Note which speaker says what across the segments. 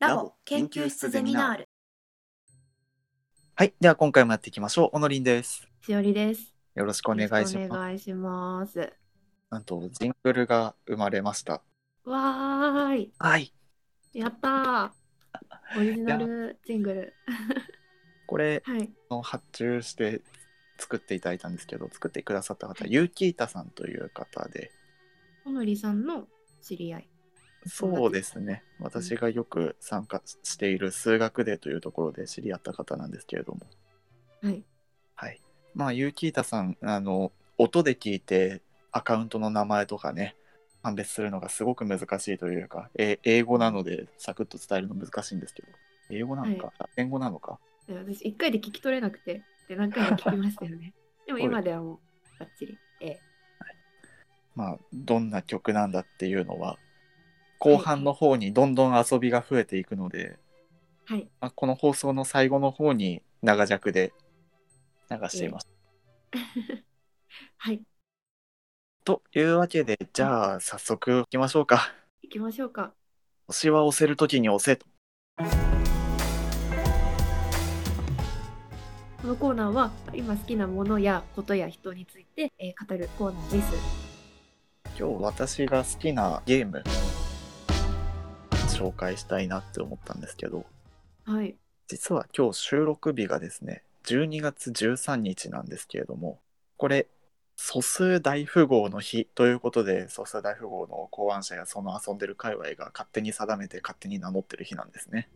Speaker 1: ラボ研究室ゼミナール。
Speaker 2: はい。では今回もやっていきましょう。おのりんです。
Speaker 1: しおりです。
Speaker 2: よろしくお願いし
Speaker 1: よろくお
Speaker 2: ます。
Speaker 1: 願いします。
Speaker 2: なんと、ジングルが生まれました。
Speaker 1: わーい、
Speaker 2: はい。
Speaker 1: やったー。オリジナルジングル。
Speaker 2: これ
Speaker 1: はい。
Speaker 2: の発注して作っていただいたんですけど、作ってくださった方、ユーキータさんという方で、
Speaker 1: おのりさんの知り合い。
Speaker 2: そうですね。私がよく参加している数学デーというところで知り合った方なんですけれども、
Speaker 1: はい。
Speaker 2: はい。まあ、ユーキータさん、あの、音で聞いてアカウントの名前とかね、判別するのがすごく難しいというか、え英語なのでサクッと伝えるの難しいんですけど、英語なのか、ラテン語なのか、
Speaker 1: で私、一回で聞き取れなくて、で何回も聞きましたよ ね。でも今ではもう、バッチリ。え
Speaker 2: まあ、どんな曲なんだっていうのは、後半の方にどんどん遊びが増えていくので、
Speaker 1: えはい。
Speaker 2: まあ、この放送の最後の方に長尺で流しています。
Speaker 1: はい。
Speaker 2: というわけで、じゃあ早速行きましょうか。
Speaker 1: 行きましょうか。
Speaker 2: 押しは押せるときに押せと。
Speaker 1: このコーナーは、今好きなものやことや人について、えー語るコーナーです。
Speaker 2: 今日私が好きなゲーム紹介したいなって思ったんですけど
Speaker 1: はい。
Speaker 2: 実は今日収録日がですね12月13日なんですけれどもこれ素数大富豪の日ということで素数大富豪の考案者やその遊んでる界隈が勝手に定めて勝手に名乗ってる日なんですね。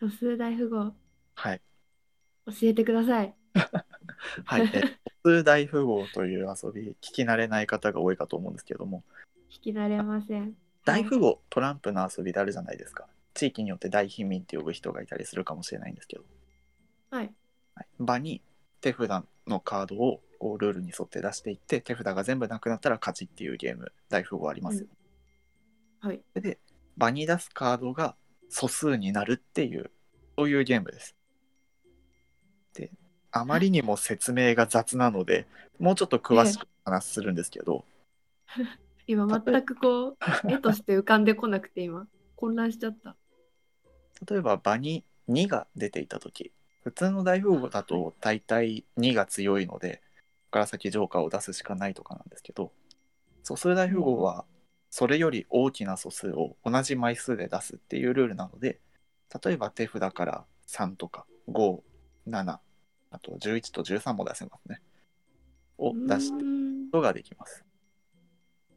Speaker 1: 素数大富豪、
Speaker 2: はい、
Speaker 1: 教えてください。
Speaker 2: はい、え素数大富豪という遊び聞き慣れない方が多いかと思うんですけども
Speaker 1: 聞き慣れません。
Speaker 2: 大富豪トランプの遊びであるじゃないですか地域によって大貧民って呼ぶ人がいたりするかもしれないんですけど、
Speaker 1: はい。
Speaker 2: はい、場に手札のカードをこうルールに沿って出していって手札が全部なくなったら勝ちっていうゲーム大富豪ありますよ、
Speaker 1: はい。
Speaker 2: それで場に出すカードが素数になるっていうそういうゲームですであまりにも説明が雑なのでもうちょっと詳しくお話しするんですけど、
Speaker 1: 今全く こう絵として浮かんでこなくて今混乱しちゃった
Speaker 2: 例えば場に2が出ていた時普通の大富豪だと大体2が強いのでここから先ジョーカーを出すしかないとかなんですけど素数大富豪はそれより大きな素数を同じ枚数で出すっていうルールなので例えば手札から3とか57あと11と13も出せますねを出す
Speaker 1: う
Speaker 2: こ
Speaker 1: ーん
Speaker 2: とができます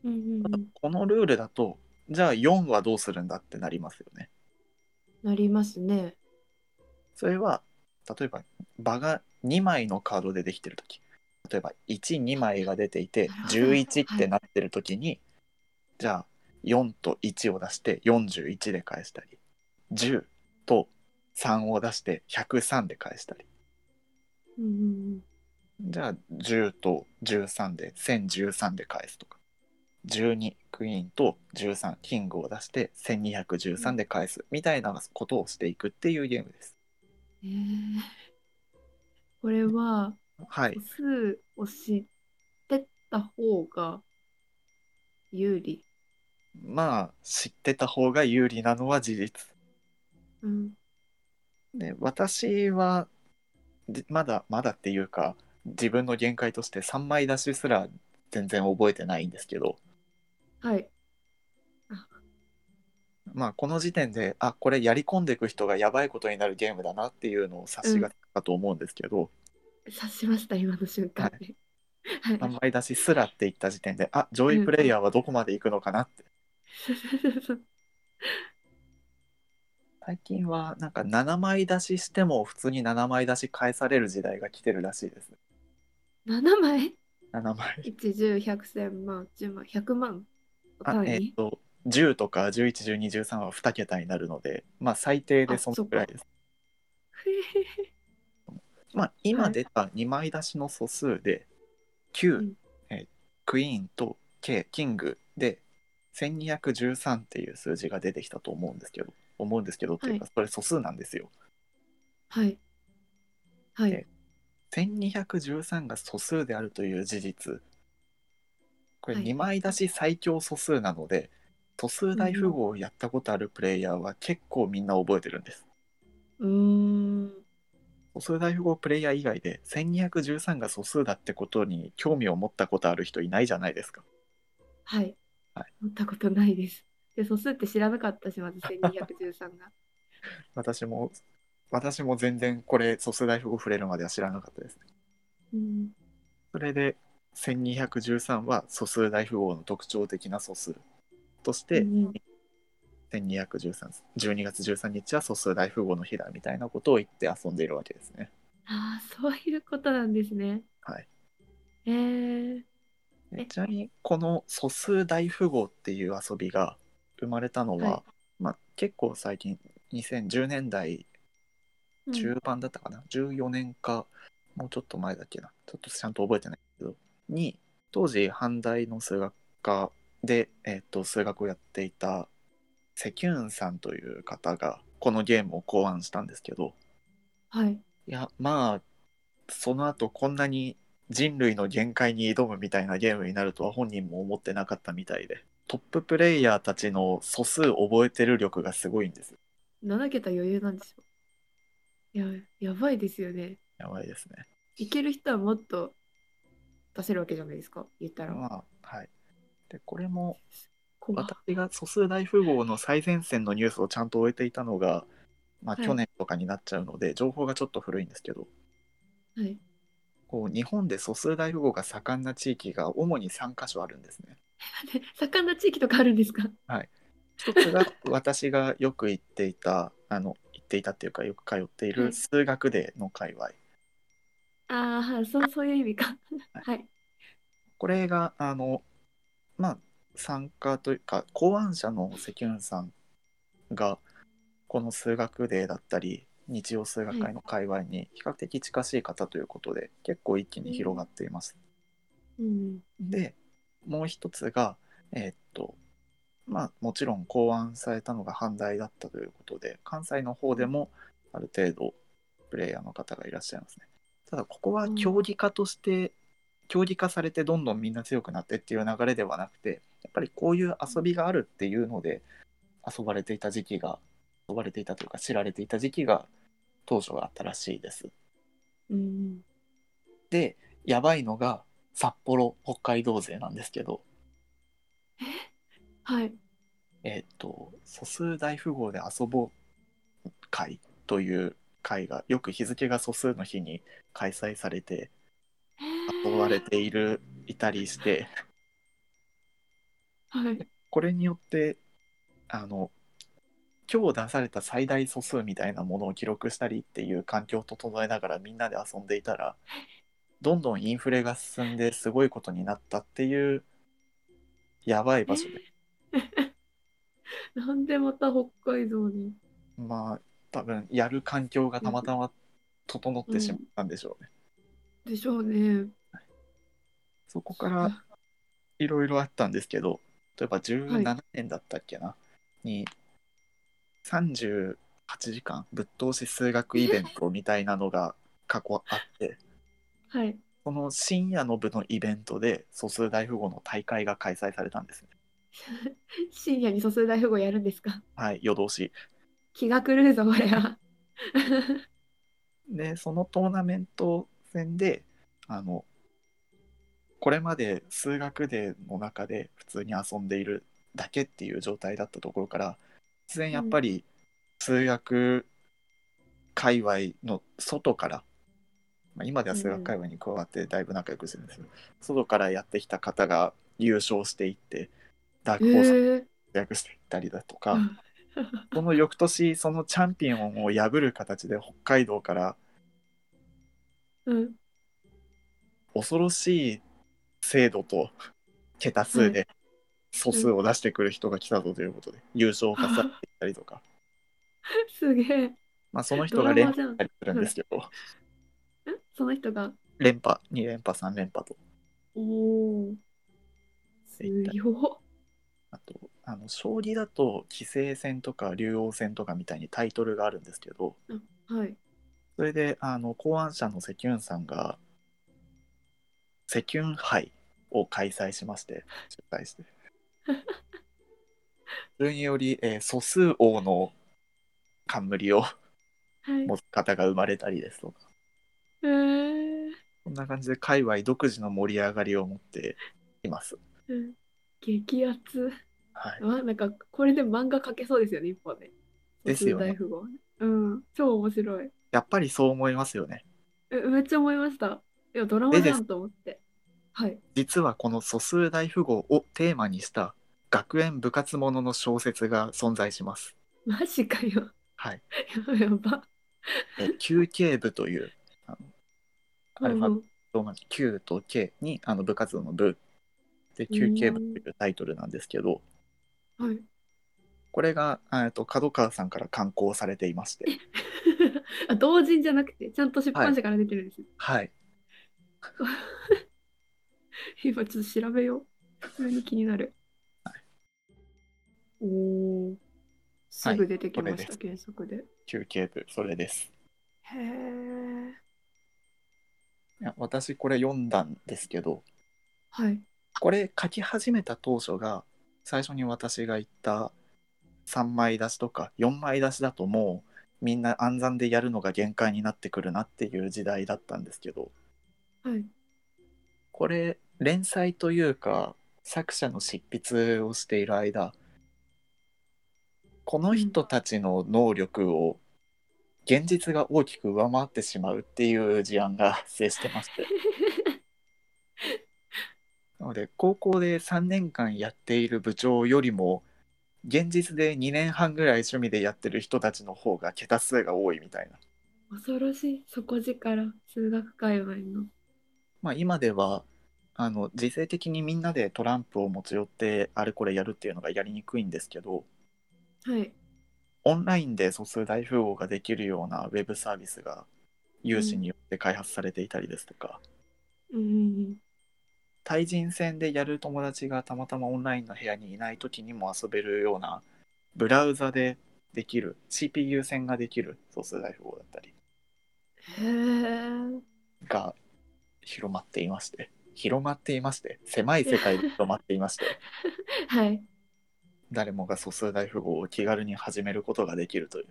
Speaker 1: うんうんうん
Speaker 2: このルールだとじゃあ4はどうするんだってなりますよね
Speaker 1: なりますね
Speaker 2: それは例えば場が2枚のカードでできてる時例えば12枚が出ていて
Speaker 1: なるほど
Speaker 2: 11ってなってる時に、じゃあ4と1を出して41で返したり10と3を出して103で返したり
Speaker 1: うんうん
Speaker 2: じゃあ10と13で1013で返すとか12クイーンと13キングを出して1213で返すみたいなことをしていくっていうゲームです。
Speaker 1: うんえーこれは
Speaker 2: はい
Speaker 1: 素数を知ってった方が有利、
Speaker 2: まあ知ってた方が有利なのは事実。
Speaker 1: うん、
Speaker 2: で私はじまだまだっていうか自分の限界として3枚出しすら全然覚えてないんですけど、
Speaker 1: はい
Speaker 2: まあ、この時点であこれやり込んでいく人がやばいことになるゲームだなっていうのを察しがつくかと思うんですけど、
Speaker 1: 察しました今の瞬間で、はい、
Speaker 2: 3枚出しすらって言った時点であ上位プレイヤーはどこまで行くのかなって最近はなんか7枚出ししても普通に7枚出し返される時代が来てるらしいです
Speaker 1: 7枚
Speaker 2: 7枚
Speaker 1: ?1010100 万10万100万の
Speaker 2: あ
Speaker 1: 単位
Speaker 2: えっ、と10とか111213は2桁になるのでまあ最低で
Speaker 1: あ
Speaker 2: そのくらいです
Speaker 1: へへ
Speaker 2: まあ
Speaker 1: は
Speaker 2: 今
Speaker 1: い
Speaker 2: 出た2枚出しの素数で
Speaker 1: う
Speaker 2: 9
Speaker 1: ん
Speaker 2: えークイーンと K キングで1213っていう数字が出てきたと思うんですけど思うんですけどというかそれ素数なんですよ
Speaker 1: はいはい、
Speaker 2: え1213が素数であるという事実これ
Speaker 1: はい
Speaker 2: 2枚出し最強素数なので素数大富豪をやったことあるプレイヤーは結構みんな覚えてるんです。
Speaker 1: うーん。
Speaker 2: 素数大富豪プレイヤー以外で1213が素数だってことに興味を持ったことある人いないじゃないですか。
Speaker 1: はい。
Speaker 2: はい
Speaker 1: 持ったことないです。で、素数って知らなかったし、まず1213が。
Speaker 2: 私も、私も全然これ素数大富豪触れるまでは知らなかったです。
Speaker 1: うん。
Speaker 2: それで1213は素数大富豪の特徴的な素数として、
Speaker 1: うん
Speaker 2: 1213 12月13日は素数大富豪の日だみたいなことを言って遊んでいるわけですね。
Speaker 1: ああ、そういうことなんですね。
Speaker 2: はい。
Speaker 1: えー、
Speaker 2: で
Speaker 1: え
Speaker 2: ちなみにこの素数大富豪っていう遊びが生まれたのは、
Speaker 1: は
Speaker 2: まあ、結構最近2010年代
Speaker 1: うん
Speaker 2: 中盤だったかな、14年かもうちょっと前だっけなちょっとちゃんと覚えてないけどに当時阪大の数学科で、えっと数学をやっていたセキュンさんという方がこのゲームを考案したんですけど
Speaker 1: はい。
Speaker 2: いやまあその後こんなに人類の限界に挑むみたいなゲームになるとは本人も思ってなかったみたいでトッププレイヤーたちの素数覚えてる力がすごいんですよ
Speaker 1: 7桁余裕なんでしょ。いや、やばいですよね。
Speaker 2: やばいですね
Speaker 1: いける人はもっと出せるわけじゃないですか、言ったら。
Speaker 2: まあはいでこれも
Speaker 1: こま
Speaker 2: 私が素数大富豪の最前線のニュースをちゃんと終えていたのが、まあ、
Speaker 1: はい
Speaker 2: 去年とかになっちゃうので、情報がちょっと古いんですけど
Speaker 1: はい。
Speaker 2: こう日本で素数大富豪が盛んな地域が主に3カ所あるんですね。
Speaker 1: で盛んな地域とかあるんですか
Speaker 2: 一つが私がよく行っていたあの行っていたっていうかよく通ってい
Speaker 1: は
Speaker 2: る
Speaker 1: い
Speaker 2: 数学デーの界隈、
Speaker 1: ああ、はいそう、そういう意味か。はい。
Speaker 2: これがあのまあ参加というか考案者の関雲さんがこの数学デーだったり日曜数学会の界隈に比較的近しい方ということで、結構一気に広がっています。
Speaker 1: うん。
Speaker 2: でもう一つがえーっとまあもちろん考案されたのが阪大だったということで関西の方でもある程度プレイヤーの方がいらっしゃいますねただここは競技化として、競技化されてどんどんみんな強くなってっていう流れではなくてやっぱりこういう遊びがあるっていうので遊ばれていた時期が遊ばれていたというか知られていた時期が当初はあったらしいです
Speaker 1: うん。
Speaker 2: でやばいのが札幌北海道勢なんですけど
Speaker 1: はい。
Speaker 2: えっ、と、素数大富豪で遊ぼう会という会が、よく日付が素数の日に開催されて、
Speaker 1: へー
Speaker 2: 遊ばれている、いたりして、
Speaker 1: はい。
Speaker 2: これによって、あの、今日出された最大素数みたいなものを記録したりっていう環境を整えながらみんなで遊んでいたら、どんどんインフレが進んですごいことになったっていう、やばい場所で
Speaker 1: なんでまた北海道に。
Speaker 2: まあ多分やる環境がたまたま整ってしまったんでしょうね。
Speaker 1: でしょうね。
Speaker 2: そこからいろいろあったんですけど例えば17年だったっけな、に38時間ぶっ通し数学イベントみたいなのが過去あって
Speaker 1: はい。
Speaker 2: その深夜の部のイベントで素数大富豪の大会が開催されたんですね。
Speaker 1: 深夜に素数大富豪やるんですか
Speaker 2: はい夜通し
Speaker 1: 気が狂うぞ、これは。
Speaker 2: でそのトーナメント戦であのこれまで数学デーの中で普通に遊んでいるだけっていう状態だったところから突然やっぱり数学界隈の外から、まあ、今では数学界隈に加わってだいぶ仲良くしてるんですけど、外からやってきた方が優勝していってダー
Speaker 1: え
Speaker 2: クホース
Speaker 1: ー、
Speaker 2: 活躍していったりだとか、その翌年そのチャンピオンを破る形で北海道から
Speaker 1: うん。
Speaker 2: 恐ろしい精度と桁数で素数を出してくる人が来たぞということで、優勝を重ねていったりとか、
Speaker 1: すげえ。ん
Speaker 2: まあ、その人
Speaker 1: ド
Speaker 2: が
Speaker 1: ラ
Speaker 2: 連
Speaker 1: マじゃん
Speaker 2: 覇したりするんですけど、
Speaker 1: その人が。
Speaker 2: 連覇2連覇3連覇と
Speaker 1: おお。すご
Speaker 2: あとあの将棋だと棋聖戦とか竜王戦とかみたいにタイトルがあるんですけど
Speaker 1: い。はい。
Speaker 2: それであの考案者のセキュンさんがセキュン杯を開催しまして主催してそれにより、えー素数王の冠を
Speaker 1: はい。
Speaker 2: 持つ方が生まれたりですとか
Speaker 1: うーん
Speaker 2: こんな感じで界隈独自の盛り上がりを持っています。
Speaker 1: うん。激アツ。
Speaker 2: はい、
Speaker 1: わなんかこれで漫画描けそうですよね、一本で。
Speaker 2: ですよね
Speaker 1: 大富豪。うん、超面白い。
Speaker 2: やっぱりそう思いますよね。
Speaker 1: えめっちゃ思いました。いや、ドラマじゃんと思って。はい。
Speaker 2: 実はこの素数大富豪をテーマにした学園部活ものの小説が存在します。
Speaker 1: マジかよ。
Speaker 2: はい、
Speaker 1: ややば。
Speaker 2: え QK 部というアルファ
Speaker 1: うんうん
Speaker 2: ローマ字 Q と K にあの部活動の部で QK 部というタイトルなんですけど
Speaker 1: はい。
Speaker 2: これが、えっと角川さんから刊行されていまして、
Speaker 1: あ、同人じゃなくて、ちゃんと出版社から出てるんです。
Speaker 2: はい、
Speaker 1: 今ちょっと調べよう。普通に気になる。おおー。すぐ出てきました、
Speaker 2: はい
Speaker 1: 検索で。
Speaker 2: QK 部それです。
Speaker 1: へえ。
Speaker 2: いや私これ読んだんですけど
Speaker 1: はい。
Speaker 2: これ書き始めた当初が最初に私が言った3枚出しとか4枚出しだともうみんな暗算でやるのが限界になってくるなっていう時代だったんですけど
Speaker 1: はい。
Speaker 2: これ連載というか作者の執筆をしている間この人たちの能力を現実が大きく上回ってしまうっていう事案が発生してましてなので高校で3年間やっている部長よりも現実で2年半ぐらい趣味でやってる人たちの方が桁数が多いみたいな
Speaker 1: 恐ろしい底力数学界隈の
Speaker 2: まあ、今ではあの時勢的にみんなでトランプを持ち寄ってあれこれやるっていうのがやりにくいんですけど
Speaker 1: はい
Speaker 2: オンラインで素数大富豪ができるようなウェブサービスが有志によって開発されていたりですとか、
Speaker 1: うんうん
Speaker 2: 対人戦でやる友達がたまたまオンラインの部屋にいない時にも遊べるようなブラウザでできる CPU 戦ができる素数大富豪だったり
Speaker 1: うんへえ
Speaker 2: が広まっていまして広まっていまして狭い世界で広まっていまして
Speaker 1: はい
Speaker 2: 誰もが素数大富豪を気軽に始めることができるという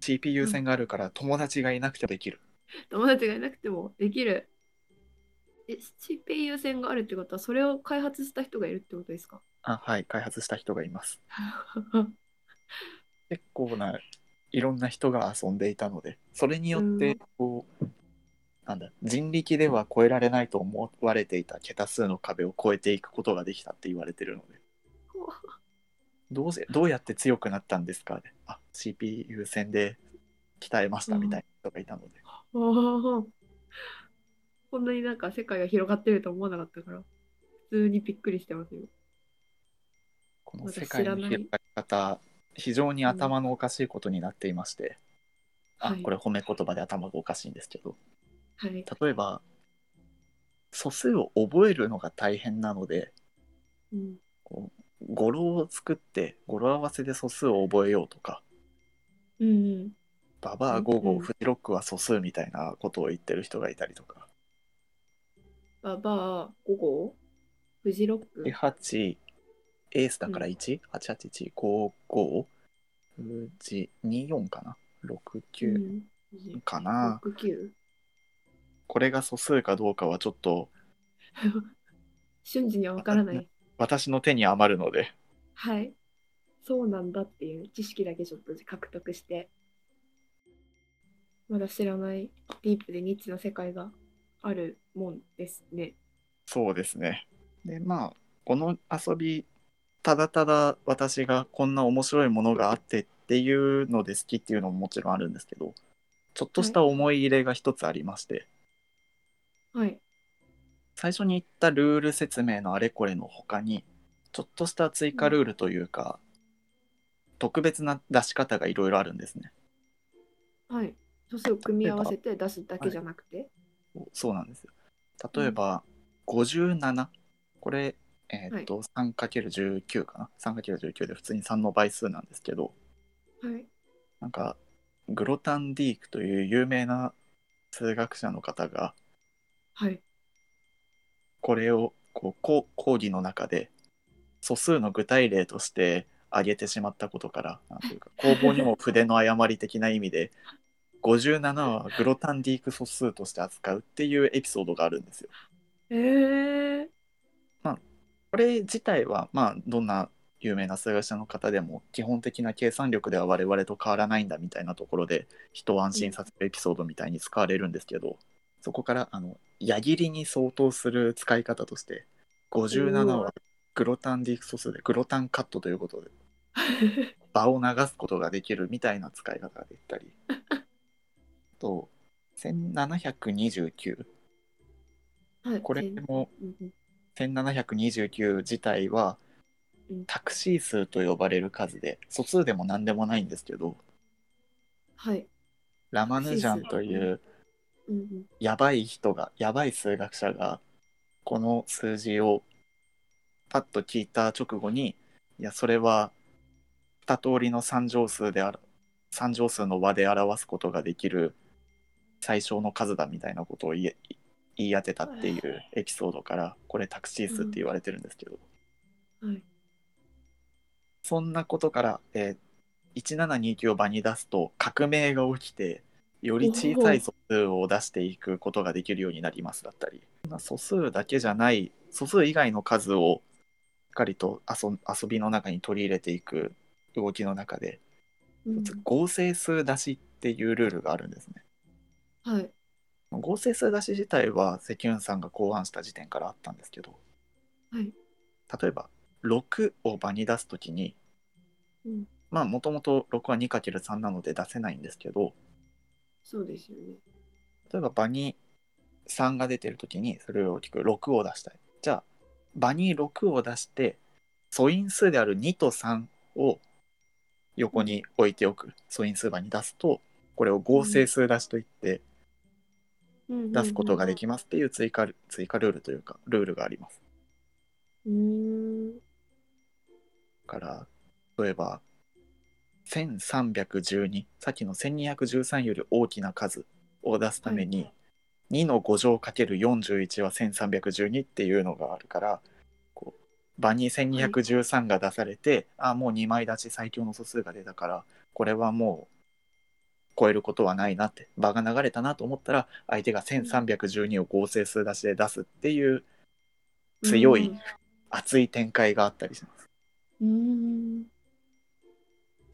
Speaker 2: CPU 線があるから友達がいなくてもできる、
Speaker 1: 友達がいなくてもできるえ CPU 線があるってことはそれを開発した人がいるってことですか
Speaker 2: あはい開発した人がいます結構ないろんな人が遊んでいたのでそれによってこう、なんだ人力では越えられないと思われていた桁数の壁を越えていくことができたって言われてるの で
Speaker 1: ほ
Speaker 2: どうせどうやって強くなったんですかであ CPU 線で鍛えましたみたいな人がいたので、
Speaker 1: おーこんなになんか世界が広がってると思わなかったから普通にびっくりしてますよ
Speaker 2: この世界の
Speaker 1: 私知らない
Speaker 2: 広がり方非常に頭のおかしいことになっていまして、あ
Speaker 1: はい
Speaker 2: これ褒め言葉で頭がおかしいんですけど
Speaker 1: はい
Speaker 2: 例えば素数を覚えるのが大変なので
Speaker 1: うん
Speaker 2: 語呂を作って語呂合わせで素数を覚えようとか
Speaker 1: うんうん
Speaker 2: ババア
Speaker 1: うん
Speaker 2: 5
Speaker 1: うん
Speaker 2: 号フジロックは素数みたいなことを言ってる人がいたりとか
Speaker 1: ババア5号フジロック
Speaker 2: 8エースだから 1?88155 うち24かな69かな、
Speaker 1: 6 9
Speaker 2: これが素数かどうかはちょっと
Speaker 1: 瞬時には分からない
Speaker 2: 私の手に余るので
Speaker 1: はい。そうなんだっていう知識だけちょっと獲得して、まだ知らないディープでニッチな世界があるもんですね。
Speaker 2: そうですねでまあこの遊びただただ私がこんな面白いものがあってっていうので好きっていうのももちろんあるんですけどちょっとした思い入れが一つありまして
Speaker 1: はい。
Speaker 2: 最初に言ったルール説明のあれこれの他にちょっとした追加ルールというか特別な出し方がいろいろあるんですね
Speaker 1: はい。素数を組み合わせて出すだけじゃなくて。
Speaker 2: そうなんですよ。例えば、57これ、えーっと 3×19 かな 3×19 で普通に3の倍数なんですけど
Speaker 1: はい。
Speaker 2: なんかグロタン・ディークという有名な数学者の方が
Speaker 1: はい。
Speaker 2: これをこうこう講義の中で素数の具体例として上げてしまったことからなんというか工房にも筆の誤り的な意味で57はグロタンディーク素数として扱うっていうエピソードがあるんですよ。
Speaker 1: えー、
Speaker 2: これ自体はまあどんな有名な数学者の方でも基本的な計算力では我々と変わらないんだみたいなところで人を安心させるエピソードみたいに使われるんですけどそこからあの矢切りに相当する使い方として57はグロタンディクソ数でグロタンカットということで場を流すことができるみたいな使い方ができたりあと1729
Speaker 1: はい
Speaker 2: これ
Speaker 1: うん
Speaker 2: も
Speaker 1: うん
Speaker 2: 1729自体は
Speaker 1: うん
Speaker 2: タクシー数と呼ばれる数で素数でも何でもないんですけど
Speaker 1: はい、
Speaker 2: ラマヌジャンと
Speaker 1: タクシ
Speaker 2: いう
Speaker 1: うんうん、
Speaker 2: やばい人がやばい数学者がこの数字をパッと聞いた直後にいやそれは2通りの3乗数である3乗数の和で表すことができる最小の数だみたいなことを言い言い当てたっていうエピソードからこれタクシー数って言われてるんですけど。
Speaker 1: はい
Speaker 2: そんなことから、えー1729を場に出すと革命が起きてより小さい素数を出していくことができるようになりますだったりまあ素数だけじゃない素数以外の数をしっかりと遊遊びの中に取り入れていく動きの中で
Speaker 1: うん
Speaker 2: 合成数出しっていうルールがあるんですね。
Speaker 1: はい
Speaker 2: 合成数出し自体は関雲さんが考案した時点からあったんですけど
Speaker 1: はい
Speaker 2: 例えば6を場に出すときに
Speaker 1: うん
Speaker 2: まあもともと6は 2×3 なので出せないんですけど
Speaker 1: そうですよね
Speaker 2: 例えば場に3が出てる時にそれを大きく6を出したいじゃあ場に6を出して素因数である2と3を横に置いておく素因数場に出すとこれを合成数出しといって
Speaker 1: うんうんうん
Speaker 2: 出すことができますっていう追加ル追加ルールというかルールがあります。
Speaker 1: うーん
Speaker 2: から例えば1312さっきの1213より大きな数を出すために、
Speaker 1: は
Speaker 2: 2の5乗 ×41 は1312っていうのがあるからこう場に1213が出されて、あもう2枚立ち最強の素数が出たからこれはもう超えることはないなって場が流れたなと思ったら相手が1312を合成数出しで出すっていう強い熱い展開があったりします。
Speaker 1: うん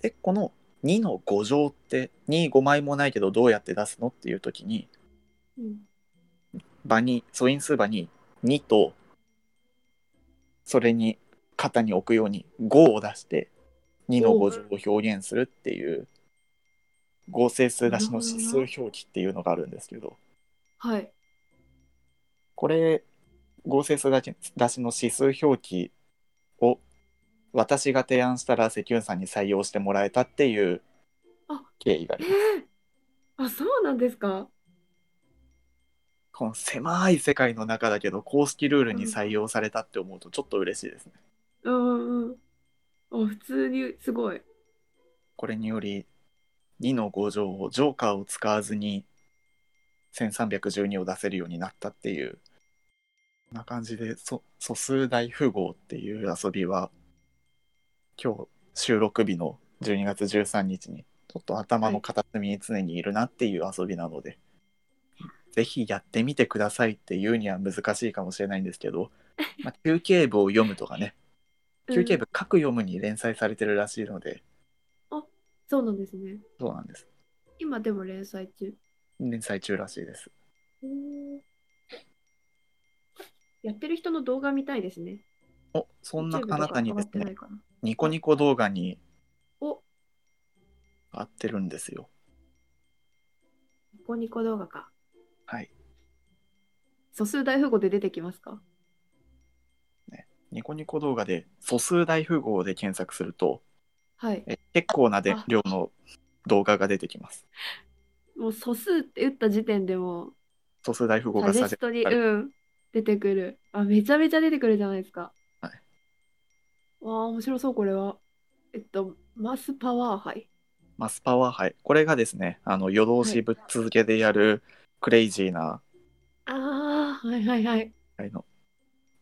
Speaker 2: でこの2の5乗って25枚もないけどどうやって出すのっていう時に
Speaker 1: うん
Speaker 2: 場に素因数場に2とそれに型に置くように5を出して2の5乗を表現するっていう合成数出しの指数表記っていうのがあるんですけど
Speaker 1: はい
Speaker 2: これ合成数出し出しの指数表記を私が提案したら関雲さんに採用してもらえたっていう経緯があります
Speaker 1: えー、 あそうなんですか
Speaker 2: この狭い世界の中だけど公式ルールに採用されたって思うとちょっと嬉しいですね。
Speaker 1: うんうんうんあ普通にすごい
Speaker 2: これにより2の5乗をジョーカーを使わずに1312を出せるようになったっていうこんな感じでそ素数大富豪っていう遊びは今日収録日の12月13日にちょっと頭の片隅に常にいるなっていう遊びなので、ぜひやってみてくださいっていうには難しいかもしれないんですけど、まあ、休憩部を読むとかね
Speaker 1: うん
Speaker 2: 休憩部各読むに連載されてるらしいので、
Speaker 1: そうなんですね
Speaker 2: そうなんです。
Speaker 1: 今でも連載中
Speaker 2: 連載中らしいです。
Speaker 1: うんやってる人の動画見たいですね
Speaker 2: おそんなあなたにで
Speaker 1: 上
Speaker 2: す
Speaker 1: がってな
Speaker 2: ね
Speaker 1: い、かな
Speaker 2: ニコニコ動画に
Speaker 1: お
Speaker 2: 合ってるんですよ。
Speaker 1: ニコニコ動画か
Speaker 2: はい。
Speaker 1: 素数大富豪で出てきますか
Speaker 2: ニコニコ動画で素数大富豪で検索すると、
Speaker 1: はい
Speaker 2: え結構なで
Speaker 1: あ
Speaker 2: 量の動画が出てきます。
Speaker 1: もう素数って打った時点でも
Speaker 2: 素数大富豪
Speaker 1: サ
Speaker 2: が
Speaker 1: ジェ
Speaker 2: さ
Speaker 1: ス
Speaker 2: せ
Speaker 1: トに、
Speaker 2: はいう
Speaker 1: うん、出てくる。あ、めちゃめちゃ出てくるじゃないですか。
Speaker 2: はい
Speaker 1: わあ、面白そう、これは。えっと、マスパワー杯。
Speaker 2: マスパワー杯。これがですね、あの夜通しぶっ続けでやるクレイジーな、
Speaker 1: ああ、はいはいはい。
Speaker 2: あの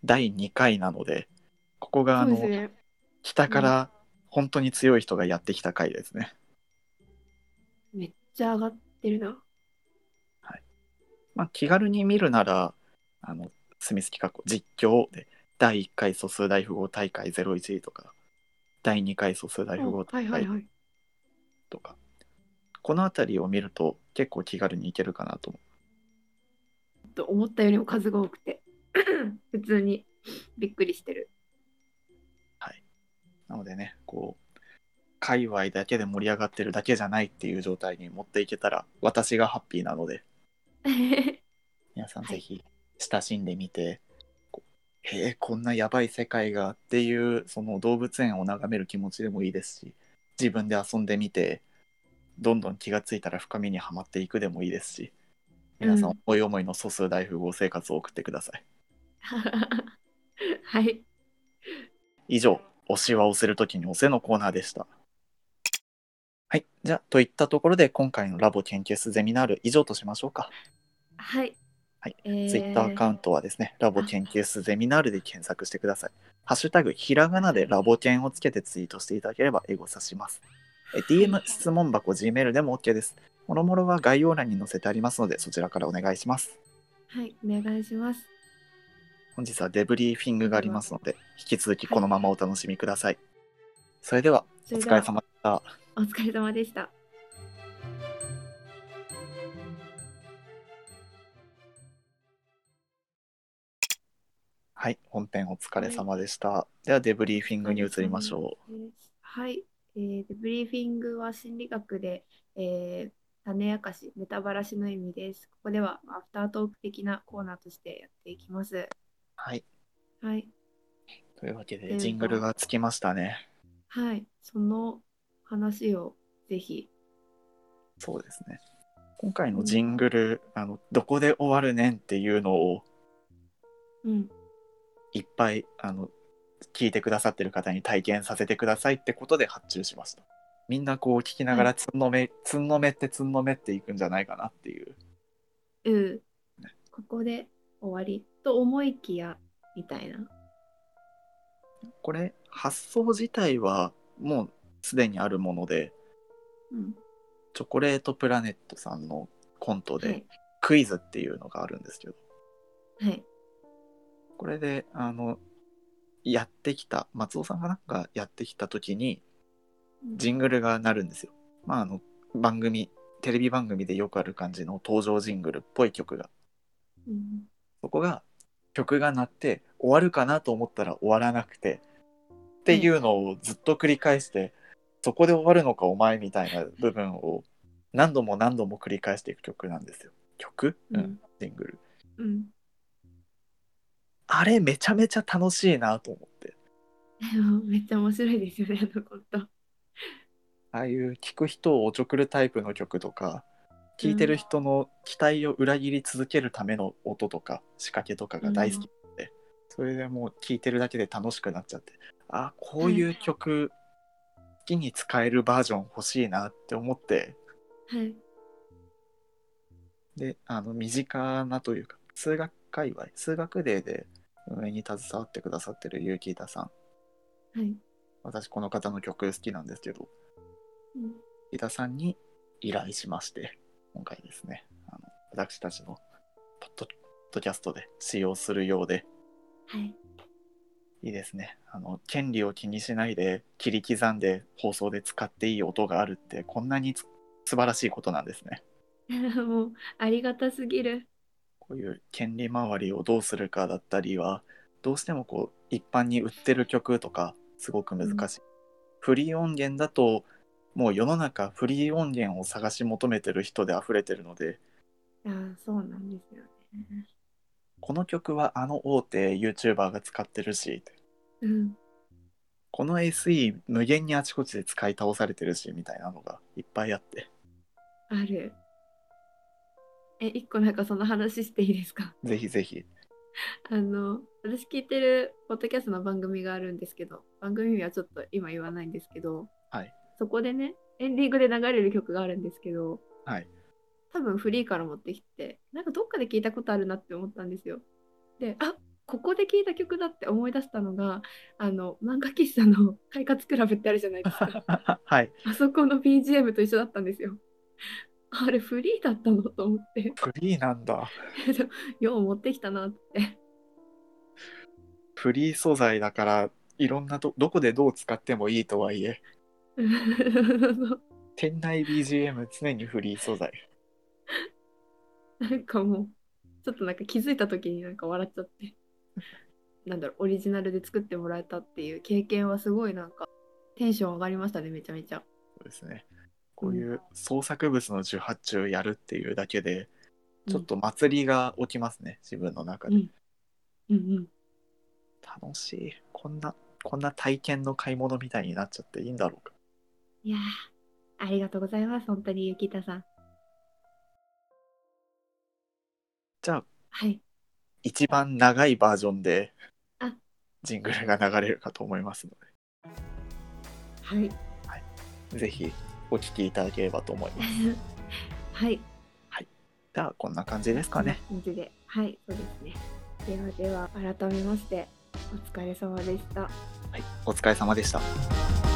Speaker 2: 第2回なので、ここがあ
Speaker 1: そう
Speaker 2: の、
Speaker 1: ですね。
Speaker 2: 北から本当に強い人がやってきた回ですね。
Speaker 1: めっちゃ上がってるな。
Speaker 2: まあ、気軽に見るなら、あの、スミス企画実況で、第1回素数大富豪大会01とか、第2回素数大富
Speaker 1: お
Speaker 2: 豪
Speaker 1: はい
Speaker 2: 大
Speaker 1: はい
Speaker 2: 会
Speaker 1: はい。
Speaker 2: とか、この辺りを見ると結構気軽にいけるかなと思
Speaker 1: と思ったよりも数が多くて 普通にびっくりしてる。
Speaker 2: う。なのでね、こう、界隈だけで盛り上がってるだけじゃないっていう状態に持っていけたら、私がハッピーなので、皆さん
Speaker 1: はい
Speaker 2: ぜひ親しんでみて、こうへえこんなやばい世界がっていうその動物園を眺める気持ちでもいいですし自分で遊んでみてどんどん気がついたら深みにはまっていくでもいいですし皆さん
Speaker 1: うん
Speaker 2: 思い思いの素数大富豪生活を送ってください、
Speaker 1: はい。
Speaker 2: 以上推しは押せる時に押せのコーナーでしたはいじゃあといったところで今回のラボ研究室ゼミナール以上としましょうか
Speaker 1: はい。
Speaker 2: はい
Speaker 1: えー
Speaker 2: ツイッターアカウントはですね、ラボ研究室ゼミナールで検索してください。ハッシュタグひらがなでラボ研をつけてツイートしていただければエゴさします。え DM、質問箱、Gmail でも OK です。もろもろは概要欄に載せてありますので、そちらからお願いします。
Speaker 1: はい、お願いします。
Speaker 2: 本日はデブリーフィングがありますので、引き続きこのままお楽しみください。それでは、
Speaker 1: そ
Speaker 2: お
Speaker 1: れ
Speaker 2: 疲
Speaker 1: で
Speaker 2: れ
Speaker 1: は
Speaker 2: 様でした。
Speaker 1: お疲れ様でした。
Speaker 2: はい、本編お疲れ様でした。では、デブリーフィングに移りましょう。
Speaker 1: はい、えーデブリーフィングは心理学で、えー種明かし、ネタバラシの意味です。ここではアフタートーク的なコーナーとしてやっていきます。
Speaker 2: はい、
Speaker 1: はい、
Speaker 2: というわけ
Speaker 1: で
Speaker 2: で、
Speaker 1: は
Speaker 2: ジングルがつきましたね。
Speaker 1: はい、その話をぜひ。
Speaker 2: そうですね。今回のジングル、あのどこで終わるねんっていうのを
Speaker 1: うん、
Speaker 2: いっぱいあの聞いてくださってる方に体験させてくださいってことで発注しました。みんなこう聞きながらつんのめ、つんのめってつんのめっていくんじゃないかなっていう。
Speaker 1: うん、ここで終わりと思いきやみたいな。
Speaker 2: これ発想自体はもうすでにあるもので、
Speaker 1: うん、
Speaker 2: チョコレートプラネットさんのコント
Speaker 1: は
Speaker 2: で
Speaker 1: い、
Speaker 2: クイズっていうのがあるんですけど、
Speaker 1: はい、
Speaker 2: これであのやってきた松尾さんがなんかやってきた時にジングルが鳴るんですよ。まあ、あの番組テレビ番組でよくある感じの登場ジングルっぽい曲が
Speaker 1: うん、
Speaker 2: そこが曲が鳴って終わるかなと思ったら終わらなくてっていうのをずっと繰り返してそこで終わるのかお前みたいな部分を何度も何度も繰り返していく曲なんですよ。曲、
Speaker 1: う
Speaker 2: う
Speaker 1: んん、
Speaker 2: ジングル。
Speaker 1: うん、
Speaker 2: あれめちゃめちゃ楽しいなと思って。
Speaker 1: でもめっちゃ面白いですよね、あのコント。
Speaker 2: ああいう聞く人をおちょくるタイプの曲とか聞いてる人の期待を裏切り続けるための音とか仕掛けとかが大好きなので、それでもう聞いてるだけで楽しくなっちゃってあこういう曲好きに使えるバージョン欲しいなって思って
Speaker 1: はい、
Speaker 2: であの身近なというか数学界隈数学デーで運営に携わってくださってるユーキータさん
Speaker 1: はい。
Speaker 2: 私この方の曲好きなんですけど
Speaker 1: うん
Speaker 2: 伊田さんに依頼しまして今回ですねあの私たちのポッドポッドキャストで使用するようで
Speaker 1: はい。
Speaker 2: いいですねあの権利を気にしないで切り刻んで放送で使っていい音があるってこんなにつ素晴らしいことなんですね
Speaker 1: もうありがたすぎる。
Speaker 2: こういう権利周りをどうするかだったりはどうしてもこう一般に売ってる曲とかすごく難しい、フリー音源だともう世の中フリー音源を探し求めてる人で溢れてるので
Speaker 1: ああ、そうなんですよね。
Speaker 2: この曲はあの大手 YouTuber が使ってるし
Speaker 1: うん。
Speaker 2: この SE 無限にあちこちで使い倒されてるしみたいなのがいっぱいあって
Speaker 1: ある。え、一個なんかその話していいですか
Speaker 2: ぜひぜひ
Speaker 1: あの、私聞いてるポッドキャストの番組があるんですけど、番組名はちょっと今言わないんですけど、
Speaker 2: はい
Speaker 1: そこでね、エンディングで流れる曲があるんですけど、
Speaker 2: はい
Speaker 1: 多分フリーから持ってきて、なんかどっかで聞いたことあるなって思ったんですよ。で、あここで聴いた曲だって思い出したのが、あの、漫画喫茶の快活クラブってあるじゃないです か。
Speaker 2: はい。
Speaker 1: あそこの BGM と一緒だったんですよ。あれ、フリーだったのと思って、
Speaker 2: フリーなんだ。
Speaker 1: よう持ってきたなって。
Speaker 2: フリー素材だから、いろんなとどこでどう使ってもいいとはいえ、店内 BGM 常にフリー素材。
Speaker 1: なんかもう、ちょっとなんか気づいた時になんか笑っちゃって、なんだろう、オリジナルで作ってもらえたっていう経験はすごいなんか、テンション上がりましたね、めちゃめちゃ。
Speaker 2: そうですね。こういう創作物の受発注やるっていうだけで、ちょっと祭りが起きますね、自分の中
Speaker 1: う
Speaker 2: で。
Speaker 1: ん。うんうん。
Speaker 2: 楽しい。こんな、こんな体験の買い物みたいになっちゃっていいんだろうか。
Speaker 1: いやーありがとうございます、本当にゆきたさん。
Speaker 2: じゃあ、
Speaker 1: はい。
Speaker 2: 一番長いバージョンで
Speaker 1: あ、
Speaker 2: ジングルが流れるかと思いますの
Speaker 1: はい。
Speaker 2: で、ぜひお聴きいただければと思います。
Speaker 1: はい。
Speaker 2: じゃあ、こんな感じですかね。
Speaker 1: こんな感じで。はい、そうですね。ではでは、改めまして、お疲れ様でした。
Speaker 2: はい、お疲れ様でした。